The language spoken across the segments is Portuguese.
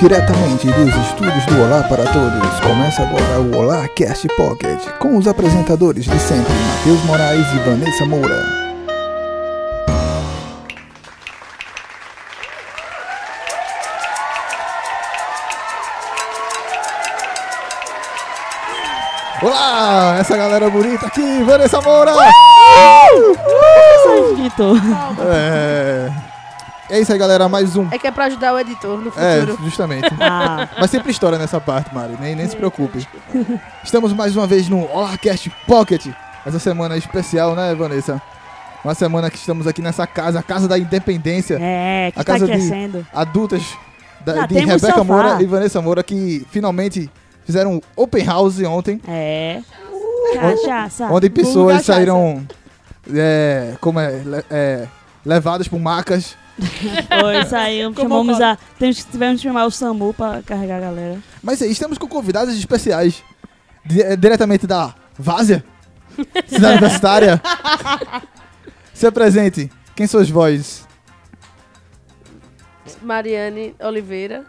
Diretamente dos estúdios do Olá para Todos, começa agora o Olá Cast Pocket, com os apresentadores de sempre, Matheus Moraes e Vanessa Moura. Olá, essa galera bonita aqui, Vanessa Moura! Sai, editor. É... é isso aí, galera, mais um. É que é pra ajudar o editor no É, futuro. justamente. Ah, Mas sempre história nessa parte, Mari, nem, nem se preocupe. Estamos mais uma vez no OlaCast Pocket. Essa semana é especial, né, Vanessa? Uma semana que estamos aqui nessa casa, a Casa da Independência. é, que A tá casa de- crescendo. Adultas da, Ah, de temos Rebeca sofá. Moura e Vanessa Moura que finalmente fizeram um open house ontem, É. Cachaça. onde pessoas cachaça. saíram é, como é, le- é, levadas por macas. Oi, saímos, Como chamamos fala? a... Temos, que- tivemos que chamar o SAMU pra carregar a galera. Mas aí estamos com convidados especiais, di- eh, diretamente da Várzea, cidade universitária. Se apresente, quem sois vós? Mariane Oliveira,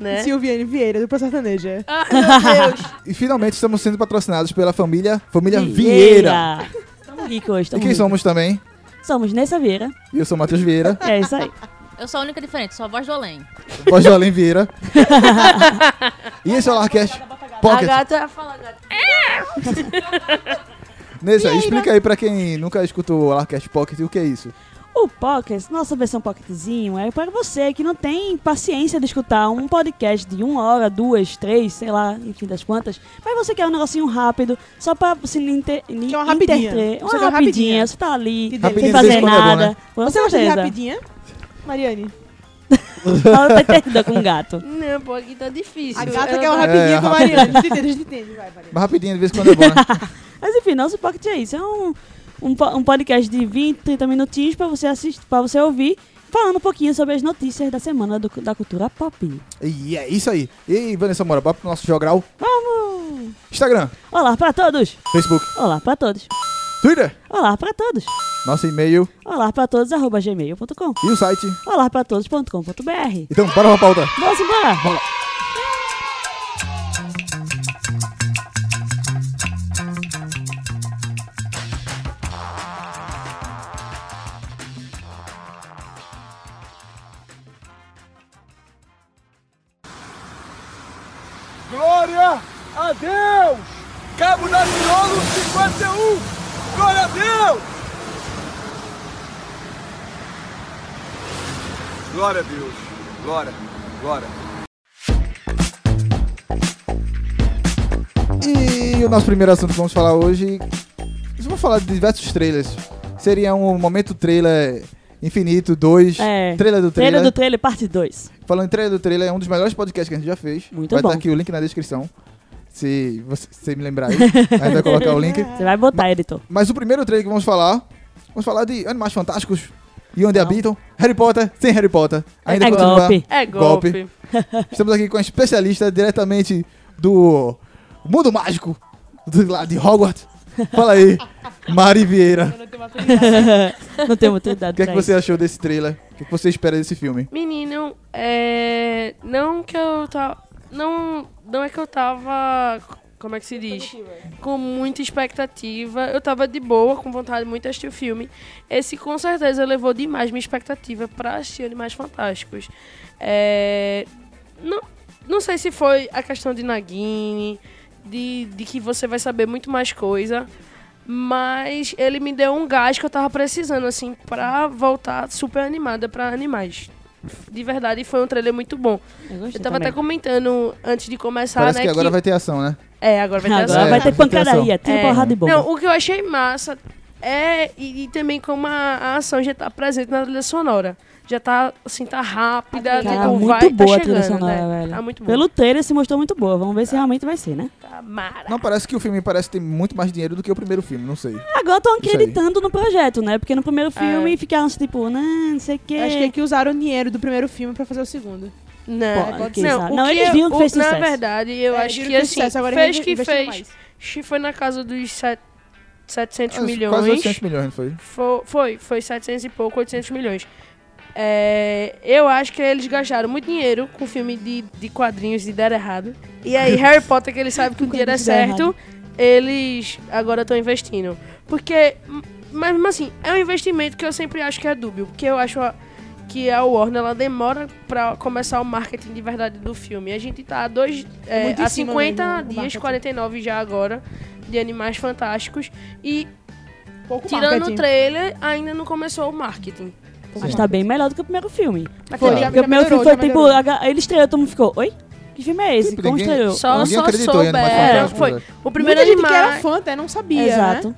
né? Silviane Vieira, do Sertaneja. Ah, meu Deus! E finalmente estamos sendo patrocinados pela família, família Vieira. Estamos ricos hoje, E estamos quem somos também? Somos Nessa Vieira. E eu sou Matheus Vieira, É isso aí. Eu sou a única diferente, sou a voz do além. voz do Além Vieira. E esse é o Larcast A Pocket. gata fala gata. Nessa, explica aí pra quem nunca escutou o Larcast Pocket o que é isso. O Pocket, nossa versão Pocketzinho, é para você que não tem paciência de escutar um podcast de uma hora, duas, três, sei lá, enfim, das quantas. Mas você quer um negocinho rápido, só pra se inter... é uma rapidinha. interter- Uma Você quer rapidinha, uma rapidinha. você tá ali, Que sem fazer delícia. Rapidinho, vocês quando é bom, nada. né? Com Você gosta de certeza. rapidinha? Mariane. Ela tá entendida com um gato. Não, pô, aqui tá difícil. A gata Eu quer uma não- rapidinha É, com Mariane. A gente entende, a gente entende. Vai, Mariane. Mas rapidinho, de vez em quando é bom, né? Mas enfim, nosso Pocket é isso. É um, um, po- um podcast de 20, 30 minutinhos pra você assistir, para você ouvir, falando um pouquinho sobre as notícias da semana do- da cultura pop. E é isso aí. E Vanessa Moura, bora pro nosso jogral. Vamos! Instagram, Olá pra todos! Facebook, Olá pra todos! Twitter, Olá pra todos! nosso e-mail Olá pra todos, arroba gmail.com. e o site. Olá pra todos.com.br. Então, bora pra pauta. Vamos embora! Glória a Deus! Cabo da Tirolo 51! Glória a Deus! Glória a Deus! Glória, glória. E o nosso primeiro assunto que vamos falar hoje. Vamos falar de diversos trailers. Seria um momento trailer infinito, dois. É. Trailer do trailer. Trailer do trailer, parte 2. Falando em trailer do trailer, é um dos melhores podcasts que a gente já fez. Muito vai bom. estar aqui o link na descrição. Se você se me lembrar aí, a gente vai colocar o link. Você vai botar, editor. Mas o primeiro trailer que vamos falar, vamos falar de Animais Fantásticos e Onde Habitam, Harry Potter sem Harry Potter. Ainda É continua. golpe. É golpe. Estamos aqui com a especialista diretamente do mundo mágico do, lá de Hogwarts. Fala aí, Mari Vieira. Não tenho muita O idade que é que pra você isso. achou desse trailer? O que, é que você espera desse filme? Menino, é. Não que eu tava. Não, não é que eu tava. Como é que se diz? Com muita expectativa. Eu tava de boa, com vontade muito de assistir o filme. Esse com certeza elevou demais minha expectativa pra assistir Animais Fantásticos. É. Não, não sei se foi a questão de Nagini, de, de que você vai saber muito mais coisa. Mas ele me deu um gás que eu tava precisando, assim, pra voltar super animada pra animais. De verdade, foi um trailer muito bom. Eu, gostei Eu tava também. até comentando antes de começar, Parece né? que agora vai ter ação, né? É, agora vai ter Agora ação. É, vai vai ter ter pancadaria, tira É. porrada e bomba. Não, o que eu achei massa é. E, e também como a, a ação já tá presente na trilha sonora. Já tá, assim, tá rápida, Cara, tipo, muito vai, tá boa a chegando, trilha sonora, né? velho. Tá muito boa. Ah. Pelo trailer se mostrou muito boa, vamos ver se realmente vai ser, né? Tá mara. Não, parece que o filme parece ter muito mais dinheiro do que o primeiro filme, não sei. Agora estão Isso aí. acreditando no projeto, né? Porque no É. primeiro filme ficaram tipo, "Né, não sei o quê. Acho que é que usaram o dinheiro do primeiro filme pra fazer o segundo. Não, Pode, pode quem não, sabe. o Não, eles eu- viram que o- fez Na sucesso. verdade, eu É, acho viram que assim, sucesso, agora fez inve- que investiram fez. mais. Acho que Foi na casa dos set- 700 Acho que milhões. Quase 800 milhões, não foi? Fo- Foi, foi 700 e pouco, 800 milhões. É, eu acho que eles gastaram muito dinheiro com filme de, de quadrinhos de dar errado. E aí, Harry Potter, que eles sabem que o dinheiro é Quadrinhos de dar certo, eles agora estão investindo. Porque, m- mas mesmo assim, é um investimento que eu sempre acho que é dúbio. Porque eu acho a- que a Warner ela demora pra começar o marketing de verdade do filme. A gente tá a, dois, é, Muito em a cima 50 mesmo, o dias, marketing. 49 já agora, de Animais Fantásticos. E Pouco tirando marketing. o trailer, ainda não começou o marketing. Mas tá bem melhor do que o primeiro filme. Mas Foi. já- já Porque o primeiro melhorou, filme foi já tipo. melhorou. a- Ele estreou, todo mundo ficou. Oi? Que filme é esse? Tipo, Como ninguém- estreou? Só, Ninguém só acreditou em Animais souberam. Fantásticos, Foi. velho. O primeiro Muita gente que era animais, fã até não sabia, Exato. né?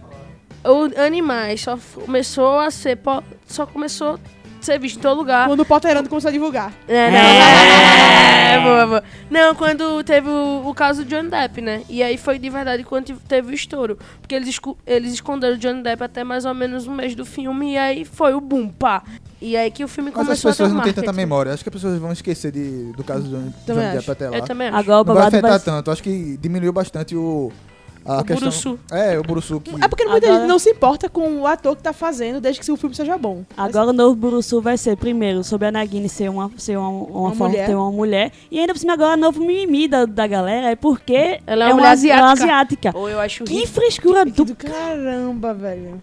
o animais só f- começou a ser po- só começou a ser visto em todo lugar. Ah. Quando o Potterando começou a divulgar. É, não, é, boa, boa. Não, quando teve o, o caso do Johnny Depp, né? E aí foi de verdade quando tive- teve o estouro. Porque eles, esco- eles esconderam o Johnny Depp até mais ou menos um mês do filme. E aí foi o boom, pá. E aí que o filme Mas começou as pessoas a ter um não têm marketing. tanta memória. Acho que as pessoas vão esquecer de- do caso do Johnny Também Johnny Depp acho. até lá. Eu também acho. Agora o não vai babado afetar vai. tanto. Acho que diminuiu bastante o. A O questão... Buruçu. É, o Buruçu que. É porque muita Agora- gente não se importa com o ator que tá fazendo, desde que o filme seja bom. Agora o novo Buruçu vai ser, primeiro, sobre a Nagini ser uma, ser uma, uma, Uma forma mulher. ter uma mulher. E ainda por cima, agora o novo mimimi da, da galera é porque Ela é uma mulher asiática. asiática. Ou eu acho Que frescura Mas- do... Caramba, velho.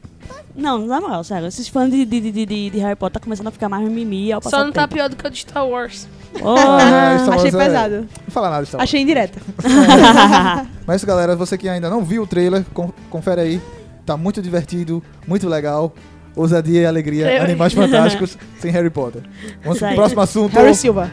Não, na moral, sério. Esses fãs de, de, de, de, de Harry Potter tá começando a ficar mais mimimi ao passar Só não o tá tempo. pior do que o de Star Wars. Ah, Star Wars Achei é- Então. pesado. Não fala nada, Star Wars. Achei indireta. Mas galera, você que ainda não viu o trailer, con- confere aí. Tá muito divertido, muito legal. Ousadia e alegria, Eu- animais fantásticos sem Harry Potter. Vamos Isso pro aí. próximo assunto. Harry Silva.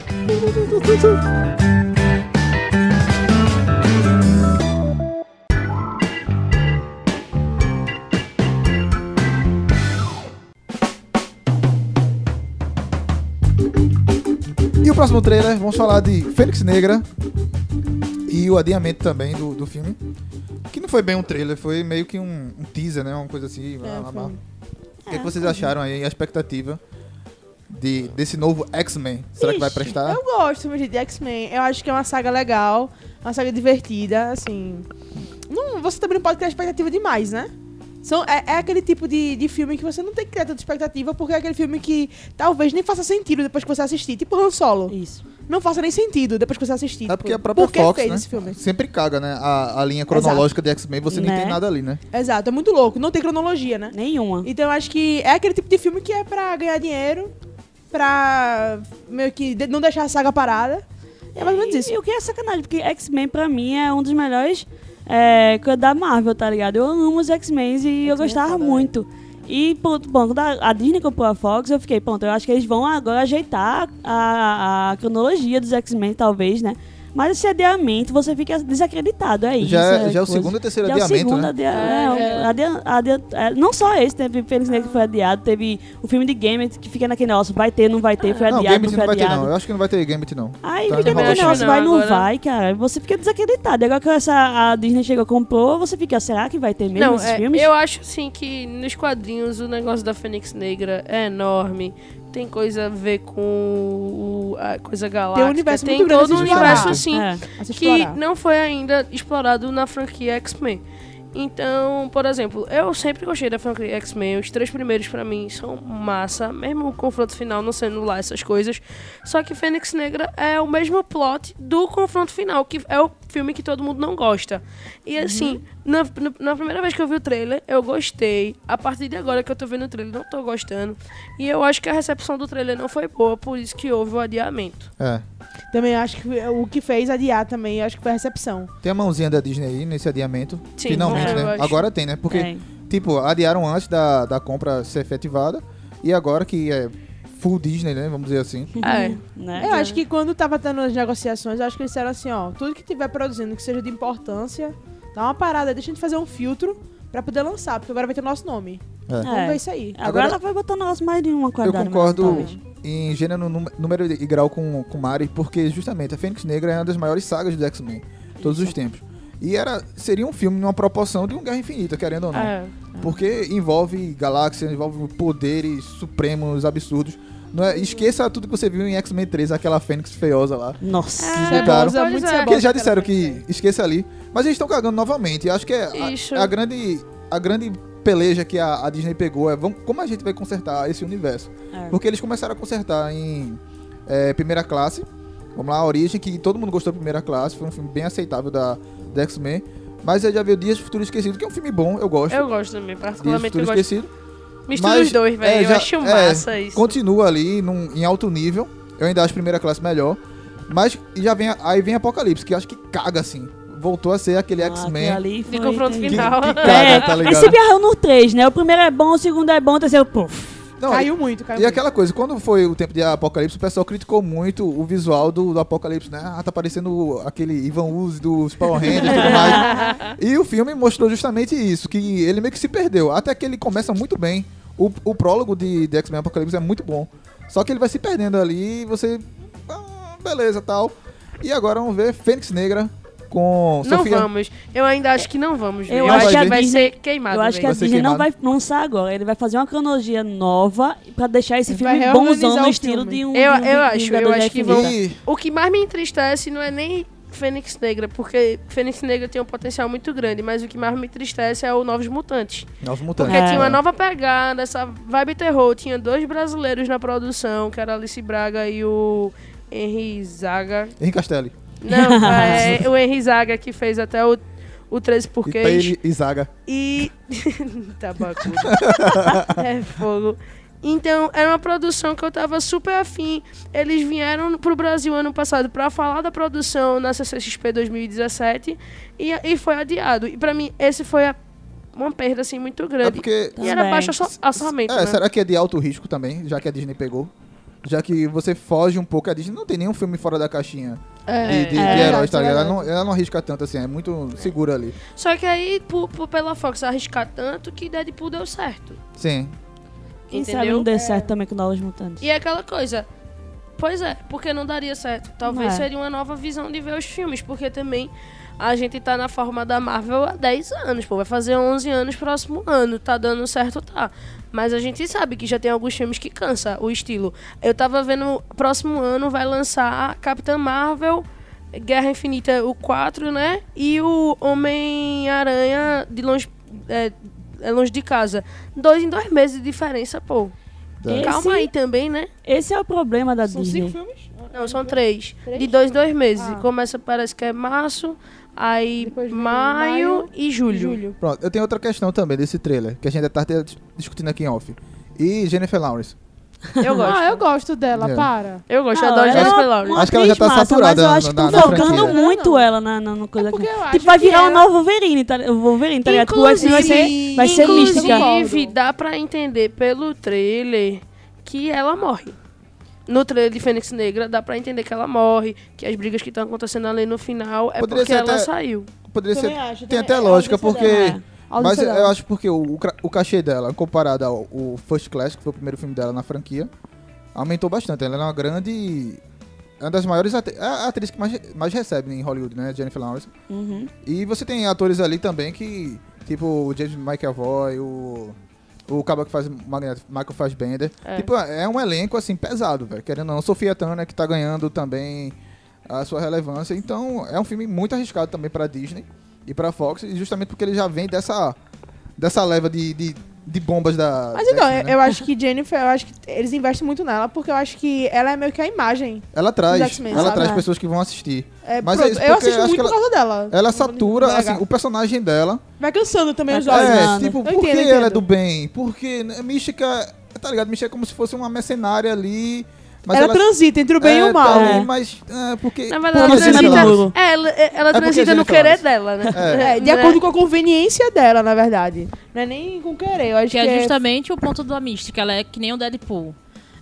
E o próximo trailer, vamos falar de Fênix Negra e o adiamento também do, do filme. Que não foi bem um trailer, foi meio que um, um teaser, né? Uma coisa assim. lá, lá, lá. O que, é que vocês acharam aí, a expectativa de, desse novo X-Men? Será que vai Ixi, prestar? Eu gosto, meu gente, de X-Men. Eu acho que é uma saga legal, uma saga divertida, assim. Não, você também não pode criar expectativa demais, né? São, é, é aquele tipo de, de filme que você não tem que criar tanta expectativa, porque é aquele filme que talvez nem faça sentido depois que você assistir. Tipo Han Solo. Isso. Não faça nem sentido depois que você assistir. É tipo, porque a própria por que Fox, fez né? esse filme? Sempre caga, né? A, a linha cronológica de X-Men, você não Né? tem nada ali, né? Exato, é muito louco. Não tem cronologia, né? Nenhuma. Então eu acho que é aquele tipo de filme que é pra ganhar dinheiro, pra meio que de- não deixar a saga parada. É mais ou menos isso. E o que é sacanagem, porque X-Men pra mim é um dos melhores é, coisa da Marvel, tá ligado? Eu amo os X-Men e é eu gostava né? muito. E, pronto, bom, quando a a Disney comprou a Fox, eu fiquei, pronto, eu acho que eles vão agora ajeitar a, a cronologia dos X-Men, talvez, né? Mas esse adiamento, você fica desacreditado, é isso. Já, é- já é o coisa. segundo ou terceiro Já é o adiamento, segundo né? adia- é, o adia- adia- é, Não só esse, teve Fênix Negra que foi adiado, teve o filme de Gambit que fica naquele nosso, vai ter, não vai ter, foi não, adiado, não Gambit foi não vai ter, adiado. Ah. não. Eu acho que não vai ter Gambit, não. Aí Tá fica enrolando. aquele negócio, Não, vai, não agora- vai, cara. Você fica desacreditado. Agora que essa, a Disney chegou comprou, você fica, será que vai ter mesmo esses é, filmes? Eu acho assim que nos quadrinhos o negócio da Fênix Negra é enorme. Tem coisa a ver com o- a coisa galáctica. universo tem muito grande todo um a se universo explorar. assim É. Mas que explorar. não foi ainda explorado na franquia X-Men. Então, por exemplo, eu sempre gostei da franquia X-Men. Os três primeiros pra mim são massa, mesmo o confronto final não sendo lá essas coisas. Só que Fênix Negra é o mesmo plot do confronto final, que é o filme que todo mundo não gosta. E assim, na, na- na primeira vez que eu vi o trailer, eu gostei. A partir de agora que eu tô vendo o trailer, não tô gostando. E eu acho que a recepção do trailer não foi boa, por isso que houve o adiamento. É. Também acho que é o que fez adiar também, eu acho que foi a recepção. Tem a mãozinha da Disney aí nesse adiamento. Sim, Finalmente, é, eu né? acho. Agora tem, né? Porque, Tem. tipo, adiaram antes da, da compra ser efetivada. E agora que é full Disney, né? Vamos dizer assim. É. Né? Eu acho que quando tava tendo as negociações, eu acho que eles disseram assim, ó, tudo que tiver produzindo que seja de importância, dá uma parada, deixa a gente fazer um filtro pra poder lançar, porque agora vai ter o nosso nome. É. Vamos ver isso aí. Agora, Agora- ela vai botar um negócio mais de uma Eu qualidade. concordo mas, talvez. em gênero, num- número e grau com, com Mari, porque justamente a Fênix Negra é uma das maiores sagas do X-Men. Todos os tempos. E era, seria um filme numa proporção de um Guerra Infinita, querendo ou não. É. Porque envolve galáxia, envolve poderes supremos, absurdos. Não é- esqueça tudo que você viu em X-Men 3, aquela Fênix feiosa lá. Nossa. É, Botaram. Cebosa, muito Pois é. cebosa. Porque eles já disseram aquela que esqueça ali. Mas eles estão cagando novamente. E acho que é Isso. a, a grande. A grande peleja que a, a Disney pegou é vamos, como a gente vai consertar esse universo. É. Porque eles começaram a consertar em é, Primeira Classe. Vamos lá, a origem, que todo mundo gostou da Primeira Classe. Foi um filme bem aceitável da, da X-Men. Mas eu já vi o Dias do Futuro Esquecido, que é um filme bom, eu gosto. Eu gosto também, Dias do particularmente Futuro eu gosto. Esquecido. Mistura Mas, os dois, velho. é, eu já- acho é, massa isso. Continua ali num- em alto nível. Eu ainda acho primeira classe melhor. Mas já vem, a- aí vem Apocalipse, que eu acho que caga, assim. Voltou a ser aquele Ah, X-Men. aquele ali De foi- confronto Que, entendi. que Final. caga, É, tá aí sempre ligado? errou no 3, né? O primeiro é bom, o segundo é bom, o terceiro, puf. Não, Caiu muito, caiu E aquela coisa, quando foi o tempo de Apocalipse, o pessoal criticou muito o visual do, do Apocalipse, né? Ah, tá parecendo aquele Ivan Uzi dos Power Rangers e tudo mais. E o filme mostrou justamente isso, que ele meio que se perdeu. Até que ele começa muito bem. O, o prólogo de, de X-Men Apocalipse é muito bom. Só que ele vai se perdendo ali e você... ah, beleza, tal. E agora vamos ver Fênix Negra com Não Sofia... vamos. Eu ainda acho que não vamos. ver. Eu Eu, acho acho que a que vai Disney- ser queimado. Eu acho que a Vai ser Disney não vai queimado. lançar agora. Ele vai fazer uma cronologia nova pra deixar esse Ele filme vai bonzão reorganizar no o estilo filme. de um. Eu- de um eu Ving- acho, eu Vingador acho da que Infinita. vão- E O que mais me entristece não é nem Fênix Negra, porque Fênix Negra tem um potencial muito grande, mas o que mais me entristece é o Novos Mutantes. Novos Mutantes. Porque É. tinha uma nova pegada, essa vibe terror. Tinha dois brasileiros na produção, que era Alice Braga e o Henry Zaga. Henri Castelli. Não, é o Henry Zaga que fez até o, o 13 E Porquês. Paige e Zaga. É E. Tabaco. é fogo. Então, era uma produção que eu tava super afim. Eles vieram pro Brasil ano passado pra falar da produção na CCXP 2017 e, e foi adiado. E pra mim, esse foi a- uma perda assim muito É grande. porque... E era Também. baixo orça- orçamento. É, né? será que é de alto risco também, já que a Disney pegou? Já que você foge um pouco, a Disney não tem nenhum filme fora da caixinha de, de, de É. heróis, tá É ligado? Ela verdade. não, ela não arrisca tanto assim, é muito segura ali. Só que aí, por, por- pela Fox arriscar tanto, que Deadpool deu certo. Sim. Quem sabe entendeu? não dê certo também com Novos Mutantes. E é aquela coisa. Pois é, porque não daria certo. Talvez Não é. seria uma nova visão de ver os filmes, porque também a gente tá na forma da Marvel há 10 anos, pô, vai fazer 11 anos próximo ano, tá dando certo, tá. Mas a gente sabe que já tem alguns filmes que cansa o estilo. Eu tava vendo, próximo ano vai lançar Capitã Marvel, Guerra Infinita, o 4, né? E o Homem-Aranha de longe, é, é longe de casa. Dois em dois meses de diferença, pô. Tá. Esse- Calma aí também, né? Esse é o problema da São Disney. cinco filmes? Não, são três. Três? De dois em dois meses. Ah. Começa, parece que é março, aí Depois vem maio, maio e julho. Pronto, eu tenho outra questão também desse trailer, que a gente já tá até dis- discutindo aqui em off. E Jennifer Lawrence. Eu gosto. Ah, eu gosto dela, É. para. eu gosto, Ah, eu adoro ela é Jennifer uma- Lawrence. uma Acho que ela já tá atriz massa, saturada Mas eu acho que na- estão na focando franquia. muito Não. ela na, na, na coisa. É porque eu acho tipo, vai que virar o ela- novo Wolverine, tá, o Wolverine, tá ligado? Que O X-Men vai ser, vai ser Inclusive, mística. Concordo. dá pra entender pelo trailer que ela morre. No trailer de Fênix Negra, dá pra entender que ela morre, que as brigas que estão acontecendo ali no final é Poderia porque ser ela até- saiu. Poderia Também ser. acho, tem também- até é a lógica, audiência porque. dela, A Mas audiência eu- eu dela. acho porque o, o cra- o cachê dela, comparado ao o First Class, que foi o primeiro filme dela na franquia, aumentou bastante. Ela é uma grande. É uma das maiores atri- é a atriz que mais, re- mais recebe em Hollywood, né? Jennifer Lawrence. Uhum. E você tem atores ali também que. Tipo o James McAvoy, o. O cabo que faz Magneto, Michael Fassbender. É. Tipo, é um elenco, assim, pesado, velho. Querendo ou não. Sofia Turner, que tá ganhando também a sua relevância. Então, é um filme muito arriscado também pra Disney e pra Fox. E justamente porque ele já vem dessa, dessa leva de, de, de bombas da... Mas da então, X-Men, eu, né? eu acho que Jennifer, eu acho que eles investem muito nela, porque eu acho que ela é meio que a imagem. Ela traz, dos X-Men, ela sabe? traz É. pessoas que vão assistir. É, Mas pronto, é isso, eu porque assisto acho muito que por ela- causa dela. Ela Não vou nem- não satura, vou assim, negar. o personagem dela. Vai cansando também os É, olhos. É, Jornada. tipo, Eu por entendo, que eu ela é entendo. do bem? Porque né, mística, tá ligado? Mística é como se fosse uma mercenária ali. Mas ela, transita entre o bem é, e o tá mal. ali, É. Mas, é, porque... Na verdade, ela porque assim, transita- Jennifer Lawrence- transita, é, ela, é- ela porque transita no Jennifer querer Lawrence. dela, né? É, de Né? acordo com a conveniência dela, na verdade. Não é nem com querer, eu acho Que que, é justamente o ponto da mística. Ela é que nem o Deadpool.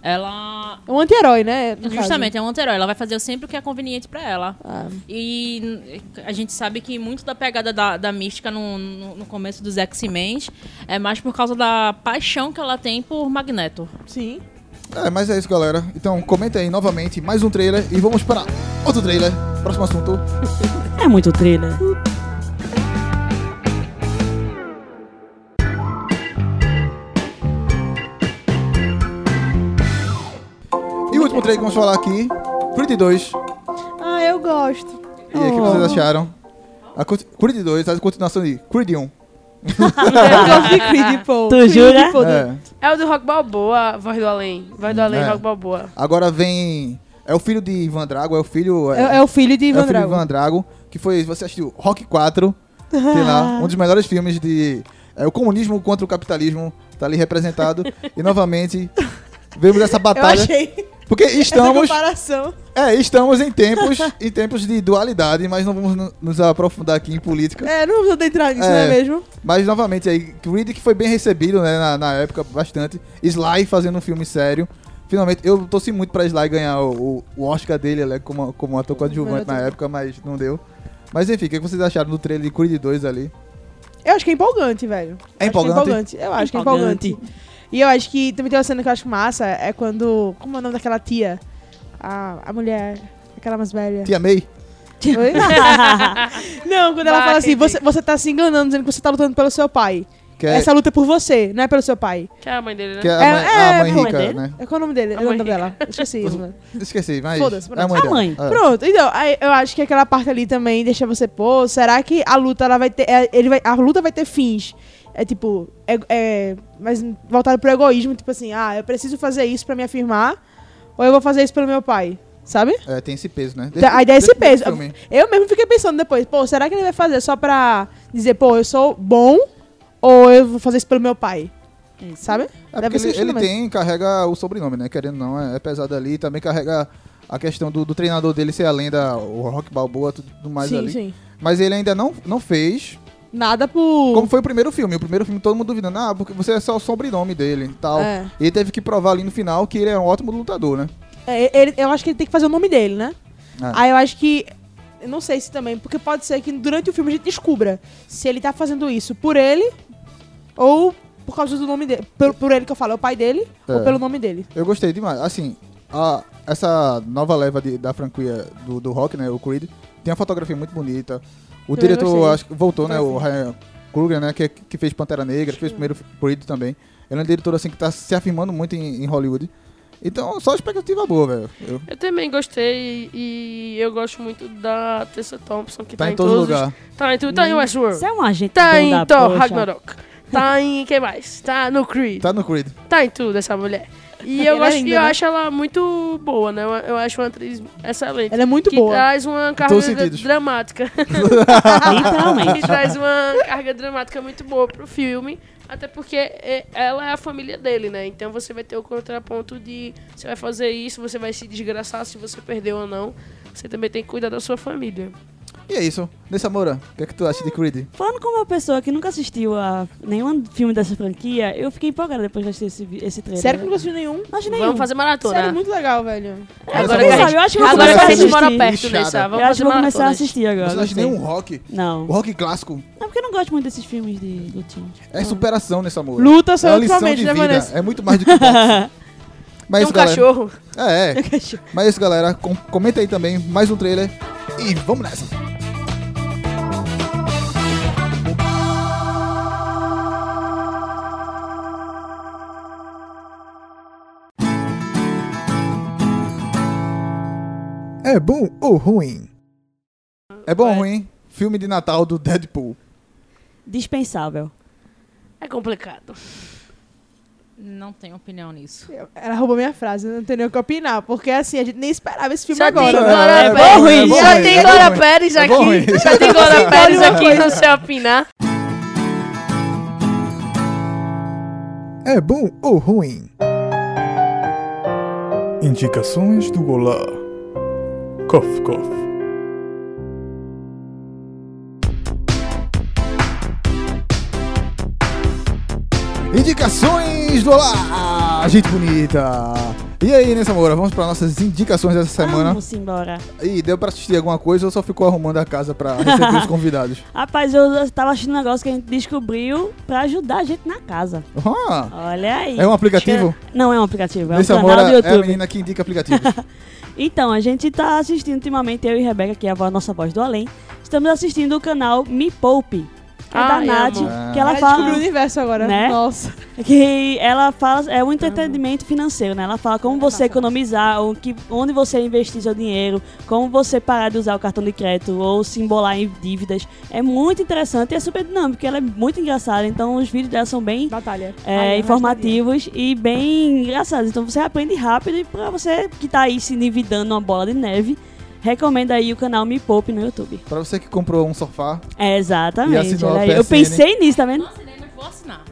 Ela. é um anti-herói, né? no caso. Justamente, é um anterói. Ela vai fazer sempre o que é conveniente pra ela. Ah. E n- a gente sabe que muito da pegada da, da mística no, no, no começo dos X-Men é mais por causa da paixão que ela tem por Magneto. Sim. É, mas é isso, galera. Então, comenta aí novamente mais um trailer e vamos para outro trailer. Próximo assunto. É muito thriller. E o último trailer que vamos falar aqui, Creed 2. Ah, eu gosto. Oh. E aí, o que vocês acharam? A Cult- Creed um. 2, a continuação de Creed 1. Eu vi Creed, pô. Tu Creed, jura? pô, do- É. É o do Rock Balboa, Voz do Além. Voz do Além, É. Rock Balboa. Agora vem. É o filho de Ivan Drago, é o filho. É, é o filho de é o Ivan filho de Drago. Ivan Drago, que foi. Você assistiu Rock 4, sei lá, um dos melhores filmes de. É o comunismo contra o capitalismo, tá ali representado. e novamente, vemos essa Eu batalha. achei Porque essa estamos. comparação. É, estamos em tempos, em tempos de dualidade, mas não vamos no- nos aprofundar aqui em política. É, não vamos entrar nisso, É. não é mesmo? Mas novamente aí, Creed que foi bem recebido, né, na, na época, bastante. Sly fazendo um filme sério. Finalmente, eu torci muito pra Sly ganhar o, o- o Oscar dele, ele é como, como ator coadjuvante na época, mas não deu. Mas enfim, o que vocês acharam do trailer de Creed 2 ali? Eu acho que é empolgante, velho. É Acho que empolgante? Eu acho que é empolgante. E eu acho que também tem uma cena que eu acho massa, é quando... Como é o nome daquela tia? A, a mulher... Aquela mais velha. Tia May? Oi? não, quando ela Vai, fala assim, Henrique. você, você tá se enganando, dizendo que você tá lutando pelo seu pai. Que é, Essa luta é por você, não é pelo seu pai. Que é a mãe dele, né? que é a, é- mãe, é- a mãe é mãe rica, dele? né? É Qual é o nome dele? A É o nome mãe dela. Esqueci. o nome. Esqueci, mas. Foda-se, é a mãe A dela. mãe. É. Pronto, então, aí eu acho que aquela parte ali também deixa você, pô, será que a luta ela vai ter. é, Ele vai, a luta vai ter fins. É tipo, é, é, mas voltado pro egoísmo, tipo assim, ah, eu preciso fazer isso pra me afirmar, ou eu vou fazer isso pelo meu pai, sabe? É, tem esse peso, né? Tá, aí dá esse Depois do peso. filme. Eu mesmo fiquei pensando depois, pô, será que ele vai fazer só pra dizer, pô, eu sou bom, ou eu vou fazer isso pelo meu pai? Sabe? É porque Deve ser ele, ele questionamento. tem, carrega o sobrenome, né? Querendo ou não, é, é pesado ali. Também carrega a questão do, do treinador dele ser a lenda, o Rock Balboa, tudo mais sim, ali. sim. Mas ele ainda não, não fez. Nada por. Como foi o primeiro filme. O primeiro filme todo mundo duvidando, ah, porque você é só o sobrenome dele e tal. É. Ele teve que provar ali no final que ele é um ótimo lutador, né? É, ele- eu acho que ele tem que fazer o nome dele, né? Ah. Aí eu acho que. Eu não sei se também, porque pode ser que durante o filme a gente descubra se ele tá fazendo isso por ele ou por causa do nome dele. Por, por ele que eu falo, é o pai dele É. ou pelo nome dele. Eu gostei demais. Assim, a- essa nova leva de- da franquia do, do rock, né? O Creed, tem uma fotografia muito bonita. O Também diretor gostei. acho, que voltou, né? O Ryan Kruger, né? Que, que fez Pantera Negra, que fez o primeiro Creed também. Ele é um diretor assim que tá se afirmando muito em, em Hollywood. Então, só expectativa boa, velho. Eu- Eu também gostei e eu gosto muito da Tessa Thompson, que Tá tá, em todo todos os- lugar. Tá em tudo. Hum, Tá em Westworld. Você é um agente Tá bom em da Thor poxa. Ragnarok. Tá em quem mais? Tá no Creed. Tá, Tá no Creed. em tudo essa mulher. E Ela eu, é gosto, linda, e eu né? acho ela muito boa, né? Eu, eu acho uma atriz excelente. Ela é muito que boa. traz todos uma os carga sentidos. dramática. Literalmente. que traz uma carga dramática muito boa pro filme. Até porque é, ela é a família dele, né? Então você vai ter o contraponto de você vai fazer isso, você vai se desgraçar se você perdeu ou não. Você também tem que cuidar da sua família. E é isso. Nessa Moura, o que é que tu acha de Creed? Falando como uma pessoa que nunca assistiu a nenhum filme dessa franquia, eu fiquei empolgada depois de assistir esse, vi- esse trailer. Sério que eu não assistiu nenhum? Não assisti nenhum. Vamos fazer maratona. Sério, muito legal, velho. Agora Você que a sabe, gente, eu acho que eu vou agora que começar a a gente mora assistir. perto Inchada. nessa. eu Vamos acho fazer que vou começar a maratonas. assistir agora. Você não acha gostei. nenhum rock? Não. O rock clássico Não, porque eu não gosto muito desses filmes de lutinha. é superação nessa Moura. Luta é são uma lição de ultimamente, né, vida. Vanessa? É muito mais do que boxe. Mas Tem isso, um galera. cachorro. É, é. Mas é isso, galera. Com- comenta aí também mais um trailer. E vamos nessa. É bom ou ruim? É bom ou ruim? Filme de Natal do Deadpool. Dispensável. É complicado. Não tenho opinião nisso. Ela roubou minha frase, eu não tenho nem o que opinar, porque assim, a gente nem esperava esse filme Só tem agora. Glória É, é Pérez. bom, ruim, é bom, Só ruim, tem é bom, Glória ruim. Pérez É bom, aqui. ruim. Só tem Glória Pérez olha uma aqui no seu opinar. É bom ou ruim? Indicações do Olá. Cof, cof. Indicações do Olá! Gente bonita! E aí, Nessa Moura, vamos para nossas indicações dessa semana. Vamos embora. E deu pra assistir alguma coisa ou só ficou arrumando a casa pra receber os convidados? Rapaz, eu eu tava achando um negócio que a gente descobriu pra ajudar a gente na casa. Ah, Olha aí. é um aplicativo? Não é um aplicativo, é um Nessa canal Moura do é a YouTube. menina que indica aplicativos. Então, a gente tá assistindo ultimamente, eu e Rebeca, que é a vo- nossa voz do além, estamos assistindo o canal Me Poupe. é da Ai, Nath, amor. que ela Ela fala. descobriu Ah, o universo agora. Né? Nossa. que ela fala é um entretenimento financeiro, né? Ela fala como você economizar, o que, onde você investir seu dinheiro, como você parar de usar o cartão de crédito ou se embolar em dívidas. É muito interessante e é super dinâmico, ela é muito engraçada, então os vídeos dela são bem Batalha. é, Ai, eu informativos e bem engraçados. Então você aprende rápido e pra você que tá aí se endividando numa bola de neve, recomendo aí o canal Me Poupe no YouTube. Pra você que comprou um sofá, É, E exatamente. assinou a olha aí. Eu PSN. pensei nisso, tá vendo? Nossa, ele ainda vou assinar.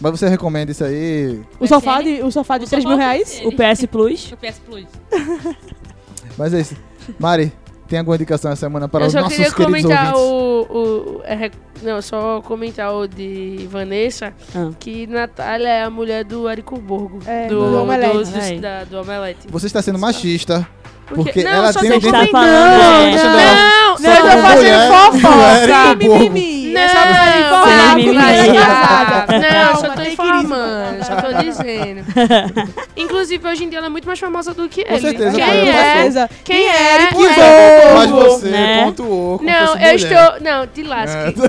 mas você recomenda isso aí. O sofá de, o sofá de O 3 sofá mil é reais? dele. O PS Plus. O PS Plus. Mas é isso. Mari, tem alguma indicação essa semana para eu os só nossos queria queridos comentar ouvintes? o, o- é, rec- Não, só comentar o de Vanessa, Ah. que Natália é a mulher do Érico Borgo. É, do, do Omelete. do- da- do Omelete. Você está sendo machista. Porque não, ela só tem sei um que Tá Não, tem- falando, não, é. Não, Só eu tô com fazendo mulher, fofoca. mulher e Mimimi. Borgo. Não, É só pra fazer não, fofoca, mimimi. mulher Mimimi. casada. não, eu só Calma, tô tem que ir. informando, só tô dizendo. Inclusive, hoje em dia ela é muito mais famosa do que ele. certeza, Quem com é? certeza. Quem é é? Érico Quem Mas- é? Mas você Né? pontuou como Não, fosse eu mulher. estou. Não, te É. lasque.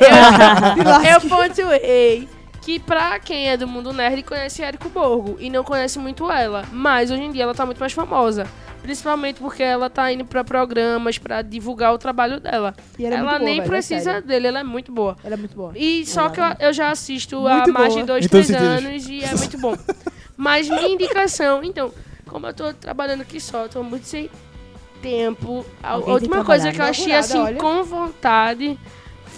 Eu, eu pontuei que pra quem é do mundo nerd conhece Érico Borgo e não conhece muito ela. Mas hoje em dia ela tá muito mais famosa. Principalmente porque ela tá indo pra programas pra divulgar o trabalho dela. E ela é ela muito boa, nem velho, é precisa sério. dele, ela é muito boa. Ela é muito boa. E só que eu, eu já assisto Muito há mais boa. de dois, Em todos três os sentidos. anos e é muito bom. Mas minha indicação, então, como eu tô trabalhando aqui só, eu tô muito sem tempo. A Alguém tem última que coisa trabalhar, que eu achei inaugurada, assim olha. com vontade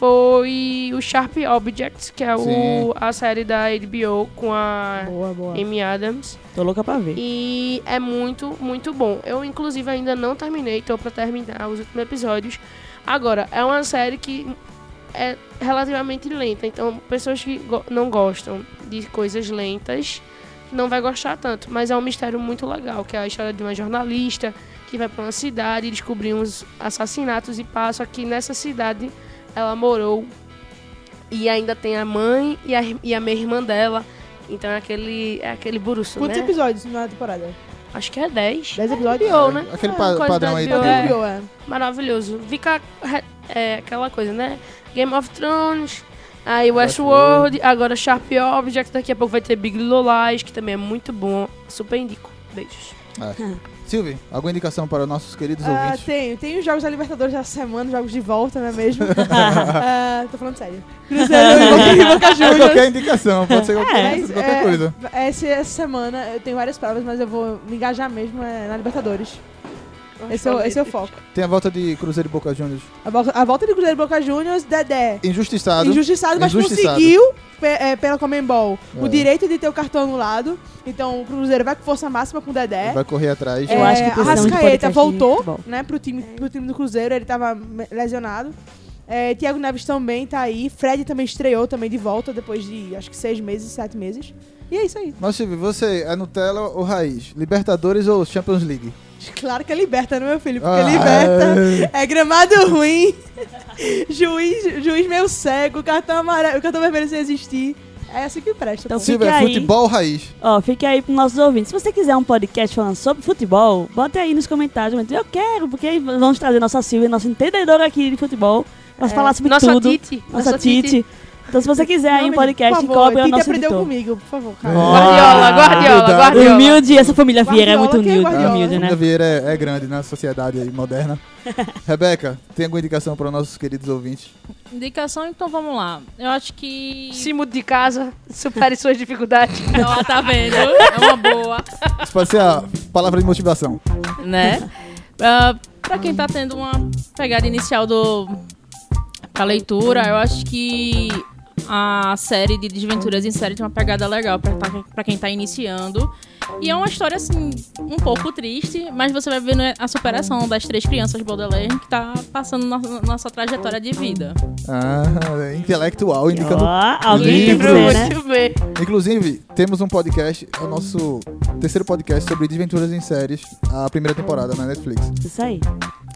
foi o Sharp Objects, que é Sim. o, a série da HBO com a Boa, boa. Amy Adams. Tô louca pra ver. E é muito, muito bom. Eu, inclusive, ainda não terminei, tô pra terminar os últimos episódios. Agora, é uma série que é relativamente lenta, então pessoas que go- não gostam de coisas lentas não vai gostar tanto, mas é um mistério muito legal, que é a história de uma jornalista que vai pra uma cidade e descobrir uns assassinatos e passa que nessa cidade ela morou e ainda tem a mãe e a, ir- e a minha irmã dela. Então é aquele, é aquele buruço, Quantos né? episódios na temporada? Acho que é 10. 10 episódios? HBO, né? Aquele É, pa- qualidade padrão aí de do- HBO, É. é. HBO, é. Maravilhoso. Fica re- é, aquela coisa, né? Game of Thrones, aí Westworld. Westworld, agora Sharp Object, daqui a pouco vai ter Big Little Lies, que também é muito bom. Super indico. Beijos. Silvio, alguma indicação para os nossos queridos Ah, ouvintes? tenho. Tem os jogos da Libertadores da semana, jogos de volta, não é mesmo? Ah, tô falando sério. Cruzeiro e Boca É Juniors. qualquer indicação, pode ser qualquer, Mas, qualquer é, coisa. Essa, essa semana eu tenho várias provas, mas eu vou me engajar mesmo é, na Libertadores. Esse é, o- esse é o foco. Tem a volta de Cruzeiro e Boca Juniors. A, vol- a volta de Cruzeiro e Boca Juniors, Dedé. Injustiçado. Injustiçado, mas Injustiçado. conseguiu pe- é, pela Comembol o É. direito de ter o cartão anulado. Então o Cruzeiro vai com força máxima com o Dedé. Vai correr atrás. Eu É, acho que precisamos de Arrascaeta podcast de voltou, futebol. né, pro time, pro time do Cruzeiro, ele tava me- lesionado. É, Thiago Neves também tá aí. Fred também estreou também de volta depois de acho que seis meses, sete meses. E é isso aí. Mas, Silvio, você é Nutella ou Raiz? Libertadores ou Champions League? Claro que é liberta, né, meu filho? Porque Ah, liberta é gramado ruim, juiz, juiz meio cego, cartão amarelo, cartão vermelho sem existir. É assim que presta. Então, pô. Silvio, é aí. futebol ou Raiz? Ó, fica aí pros nossos ouvintes. Se você quiser um podcast falando sobre futebol, bota aí nos comentários. mas Eu quero, porque aí vamos trazer nossa Silvia, nossa entendedora aqui de futebol, pra falar sobre Nossa tudo. Titi. Nossa, Titi. Então, se você quiser Não, aí um menino, podcast, por favor, cobre a Tite nossa aprendeu editor. comigo, por favor, Nossa. cara. Guardiola, Ah, Guardiola, cuidado. Guardiola. Humilde, essa família Vieira é muito Guardiola, quem é humilde, Guardiola? humilde, né? A Vieira é, é grande na sociedade aí moderna. Rebeca, tem alguma indicação para os nossos queridos ouvintes? Indicação, então vamos lá. Eu acho que. Se mude de casa, supere suas dificuldades. Ó, tá vendo? É uma boa. Isso pode ser a palavra de motivação. né? Ah, pra quem tá tendo uma pegada inicial do pra leitura, eu acho que a série de Desventuras em Série tem uma pegada legal pra, tá- pra quem tá iniciando. E é uma história, assim, um pouco triste, mas você vai vendo a superação das três crianças Baudelaire que tá passando na, na sua trajetória de vida. Ah, intelectual, indicando. Ó, alguém tem que Livros. ser, né? Muito bem. Inclusive, temos um podcast, é o nosso terceiro podcast sobre desventuras em séries, a primeira temporada na Netflix. Isso aí.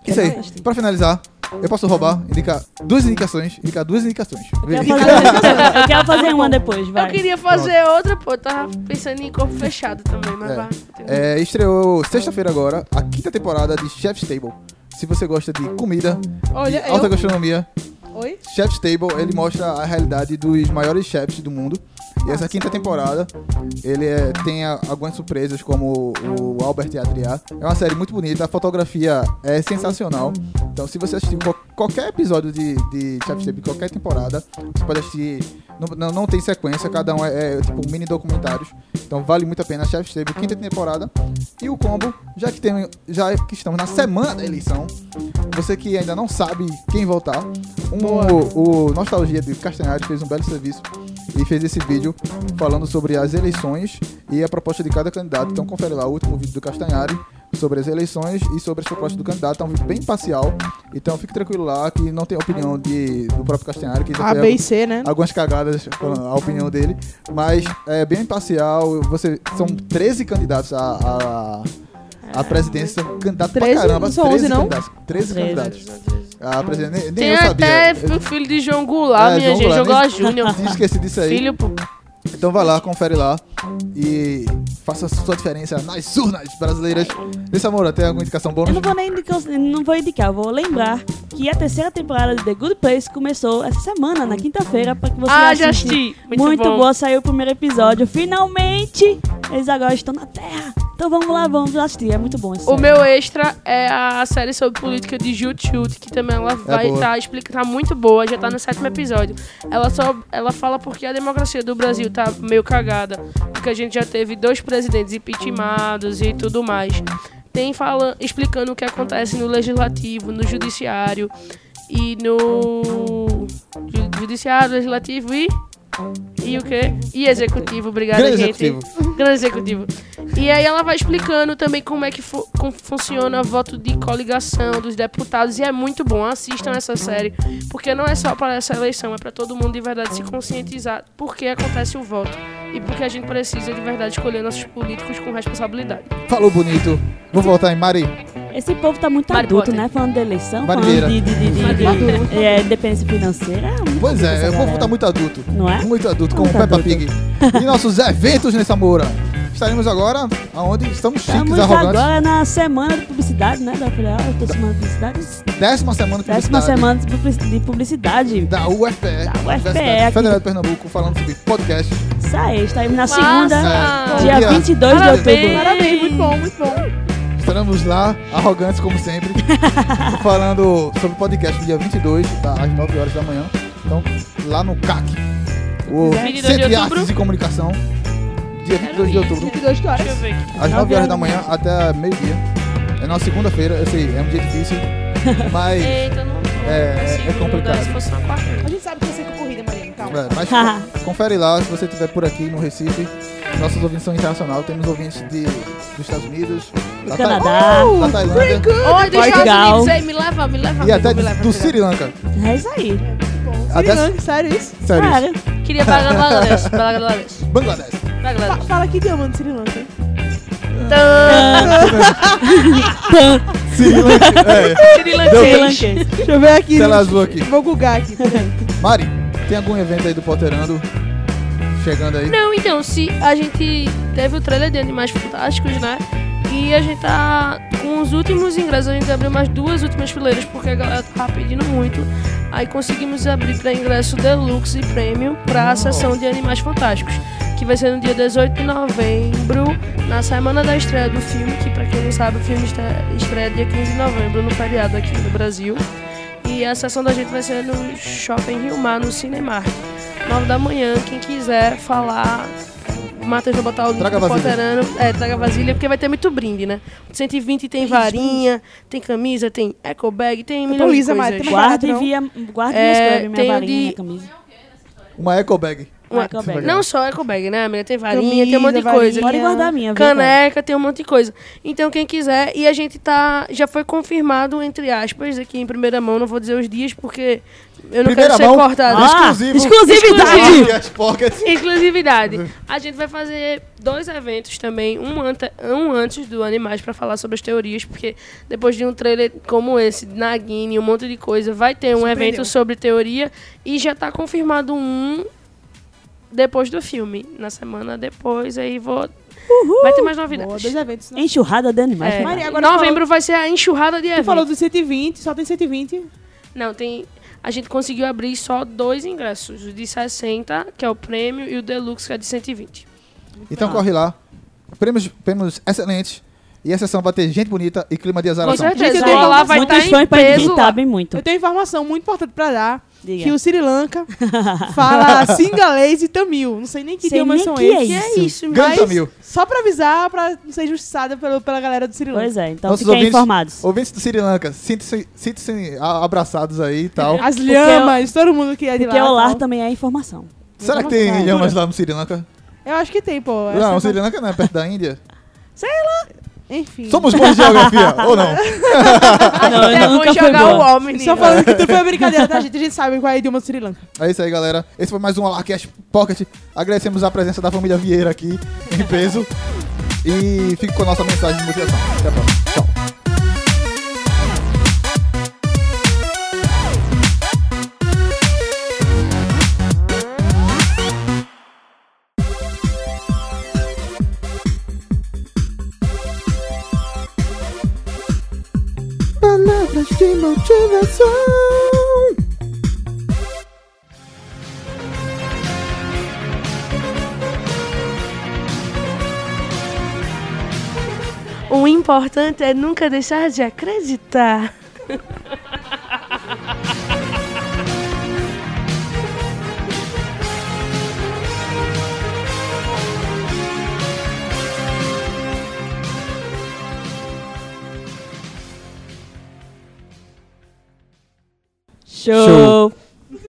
Isso aí, pra finalizar, eu posso roubar, indicar duas indicações, indicar duas indicações. Eu Vê- quero fazer, eu quero fazer uma depois, Eu vai. queria fazer outra, pô. Tava pensando em corpo fechado também, mas É. vai. É, estreou sexta-feira agora a quinta temporada de Chef's Table. Se você gosta de comida, Olha, de alta eu- gastronomia, Oi? Chef's Table, ele mostra a realidade dos maiores chefs do mundo. E essa quinta temporada, ele é- tem a- algumas surpresas, como o, o Albert Adriá. É uma série muito bonita, a fotografia é sensacional. Então, se você assistir qual- qualquer episódio de, de Chef's Table, qualquer temporada, você pode assistir... Tipo, Não, não, não tem sequência, cada um é, é, tipo mini documentários. Então, vale muito a pena Chef's Table, quinta temporada. E o combo, já que, tem, já que estamos na semana da eleição, você que ainda não sabe quem votar, um, o, o Nostalgia de Castanhari fez um belo serviço e fez esse vídeo falando sobre as eleições e a proposta de cada candidato. Então confere lá o último vídeo do Castanhari sobre as eleições e sobre as propostas do candidato. É um vídeo bem parcial. Então fique tranquilo lá que não tem opinião de, do próprio Castanhari. Que já A, foi B e C, né? algumas cagadas falando Uhum. a opinião dele, mas é bem imparcial. Você, são 13 candidatos à, à, à presidência, são candidatos pra 13? caramba. Não são 11 não? candidatos. 13 candidatos. A presidência, nem, nem Tem eu até sabia. o filho de João Goulart, É, minha João gente. João Goulart, Goulart Júnior. Tinha esquecido disso aí. Filho, pô. Então vai lá, confere lá e faça a sua diferença nas urnas brasileiras. Nesse amor, tem alguma indicação Eu não bônus? vou nem indicar, não vou indicar, eu vou lembrar que a terceira temporada de The Good Place começou essa semana, na quinta-feira, pra que você Ah, já assista. assisti. Muito, Muito bom. boa, saiu o primeiro episódio. Finalmente, eles agora estão na Terra. Então vamos lá, vamos assistir. É muito bom isso. O meu extra é a série sobre política de Jut Jut, que também ela vai É boa. estar tá, explica- tá muito boa, já tá no sétimo episódio. Ela só ela fala porque a democracia do Brasil tá meio cagada, porque a gente já teve dois presidentes impeachmentados e tudo mais. Tem fala, explicando o que acontece no legislativo, no judiciário e no ju- judiciário, legislativo e e o quê? E executivo, obrigada, Grande gente. executivo. Grande executivo. E aí ela vai explicando também como é que fu- como funciona o voto de coligação dos deputados. E é muito bom. Assistam essa série. Porque não é só para essa eleição, é para todo mundo de verdade se conscientizar por que acontece o voto. E porque a gente precisa de verdade escolher nossos políticos com responsabilidade. Falou bonito. Vou voltar em Mari. Esse povo tá muito Mari adulto, Potter. né? Falando de eleição, Marinheira. falando de, de, de, de, de, é, independência financeira. é muito Pois adulto é, eu essa vou galera. voltar muito adulto. Não é? Muito adulto, como Muito Peppa adulto. Pig. E nossos eventos nessa Moura. Estaremos agora aonde estamos chiques, Estamos arrogantes. agora na semana de publicidade, né? Da filial, eu tô semana de publicidade. Décima semana de Décima publicidade semana de publici- de publicidade. da UFPE, Universidade aqui. Federal de Pernambuco, falando sobre podcast. Isso aí, estaremos na segunda, Massa! É. dia Dia. 22 de Parabéns. outubro. Parabéns, muito bom, muito bom. Estaremos lá, arrogantes como sempre, falando sobre podcast no dia 22, tá, às 9 horas da manhã. Então, lá no CAC, o 22 de Centro de outubro. Artes e Comunicação, dia 22 de outubro, 22 que horas? Deixa eu ver aqui. às 9 horas da manhã até meio-dia. É na segunda-feira, eu sei, é um dia difícil, mas é, Eita, não. é consigo complicado. mudar Se fosse uma quarta. A gente sabe que você é concorrida, Mariana, calma. mas con- confere lá se você estiver por aqui no Recife. Nossos ouvintes são internacional, temos ouvintes de, dos Estados Unidos, da, Tai- Canadá. da Tailândia Oi, dos Portugal. Estados Unidos aí, me leva, me leva. e amigo, até me leva, do me leva. Sri Lanka. É isso aí. Até, Sério, sério isso? sério, isso. Claro. Queria Bangladesh, Bangladesh, Bangladesh. Fa- Bangladesh. Fala que idioma do Sri Lanka. Sri Lanka. É, Sri Sri Lanka. Lankense. Deixa eu ver aqui. tela azul aqui. Vou googar aqui. peraí. Mari, tem algum evento aí do Potterando chegando aí? Não, então, se a gente teve o trailer de Animais Fantásticos, né? E a gente tá com os últimos ingressos, a gente abriu mais duas últimas fileiras, porque a galera tá pedindo muito. Aí conseguimos abrir pra ingresso deluxe e prêmio pra a sessão de Animais Fantásticos, que vai ser no dia 18 de novembro, na semana da estreia do filme, que pra quem não sabe, o filme estre- estreia dia 15 de novembro, no feriado aqui no Brasil. E a sessão da gente vai ser no Shopping Rio Mar, no Cinemark. 9 da manhã, quem quiser falar. O Matheus vai botar o link Traga do vasilha. Poterano. É, traga vasilha, porque vai ter muito brinde, né? 120 tem varinha, tem camisa, tem eco bag, tem milhões de Luísa, coisas. Mari, tem mais- Guarda e Não. via. Guarda e É, escreve minha tem o varinha, de- minha camisa. Uma eco bag. Uma- Michael Beck. Não só eco bag, né, amiga? Tem varinha, Camisa, tem um monte de varinha. coisa. Pode guardar a minha, viu, cara? Caneca, tem um monte de coisa. Então, quem quiser, e a gente tá. Já foi confirmado, entre aspas, aqui em primeira mão, não vou dizer os dias, porque eu não Primeira quero mão? ser cortada. Ah, Exclusivo. exclusividade! Podcast, podcast. Exclusividade. A gente vai fazer dois eventos também, um, ante, um antes do Animais pra falar sobre as teorias, porque depois de um trailer como esse, Nagini, um monte de coisa, vai ter um evento sobre teoria e já tá confirmado um depois do filme, na semana depois, aí vou... Vai ter mais Boa, novidades. dois eventos, né? Enxurrada de animais. É, cara. Maria, agora novembro vai ser a enxurrada de Tu eventos. falou dos 120, só tem 120. Não, tem... a gente conseguiu abrir só dois ingressos, o de 60, que é o prêmio, e o deluxe, que é de 120. Então Ah. corre lá. Prêmios, prêmios excelentes. E a sessão vai ter gente bonita e clima de Com azaração. certeza, Gente, eu vou lá, vai é Muitos estar fãs em pra peso imitar lá. bem muito. Eu tenho informação muito importante pra dar. Diga. Que o Sri Lanka fala singalês e tamil. Não sei nem que Sei idiomas nem são que eles. é Que é isso, meu? Ganha Tamil. Só pra avisar, pra não ser injustiçada pelo, pela galera do Sri Lanka. Pois é, então Nossos fiquem ouvintes- informados. Ouvintes do Sri Lanka, sintam-se sintam-se a- abraçados aí e é. tal. Ah, As lhamas, todo mundo que é de Porque lá. o lar tal. também é informação. Será que Vamos tem lá. lhamas lá no Sri Lanka? Eu acho que tem, pô. não, Essa- o Sri Lanka não é perto da Índia. Enfim. Somos bons de geografia, ou não? não, eu Até é vou nunca fui jogar boa. o homem. Só falando que tu foi uma brincadeira, tá, gente? A gente sabe qual é o idioma do Sri Lanka. É isso aí, galera. Esse foi mais um Alarcast Pocket. Agradecemos a presença da família Vieira aqui, em peso. E fique com a nossa mensagem de motivação. Até a próxima. Tchau. Palavras de motivação. O importante é nunca deixar de acreditar. Show.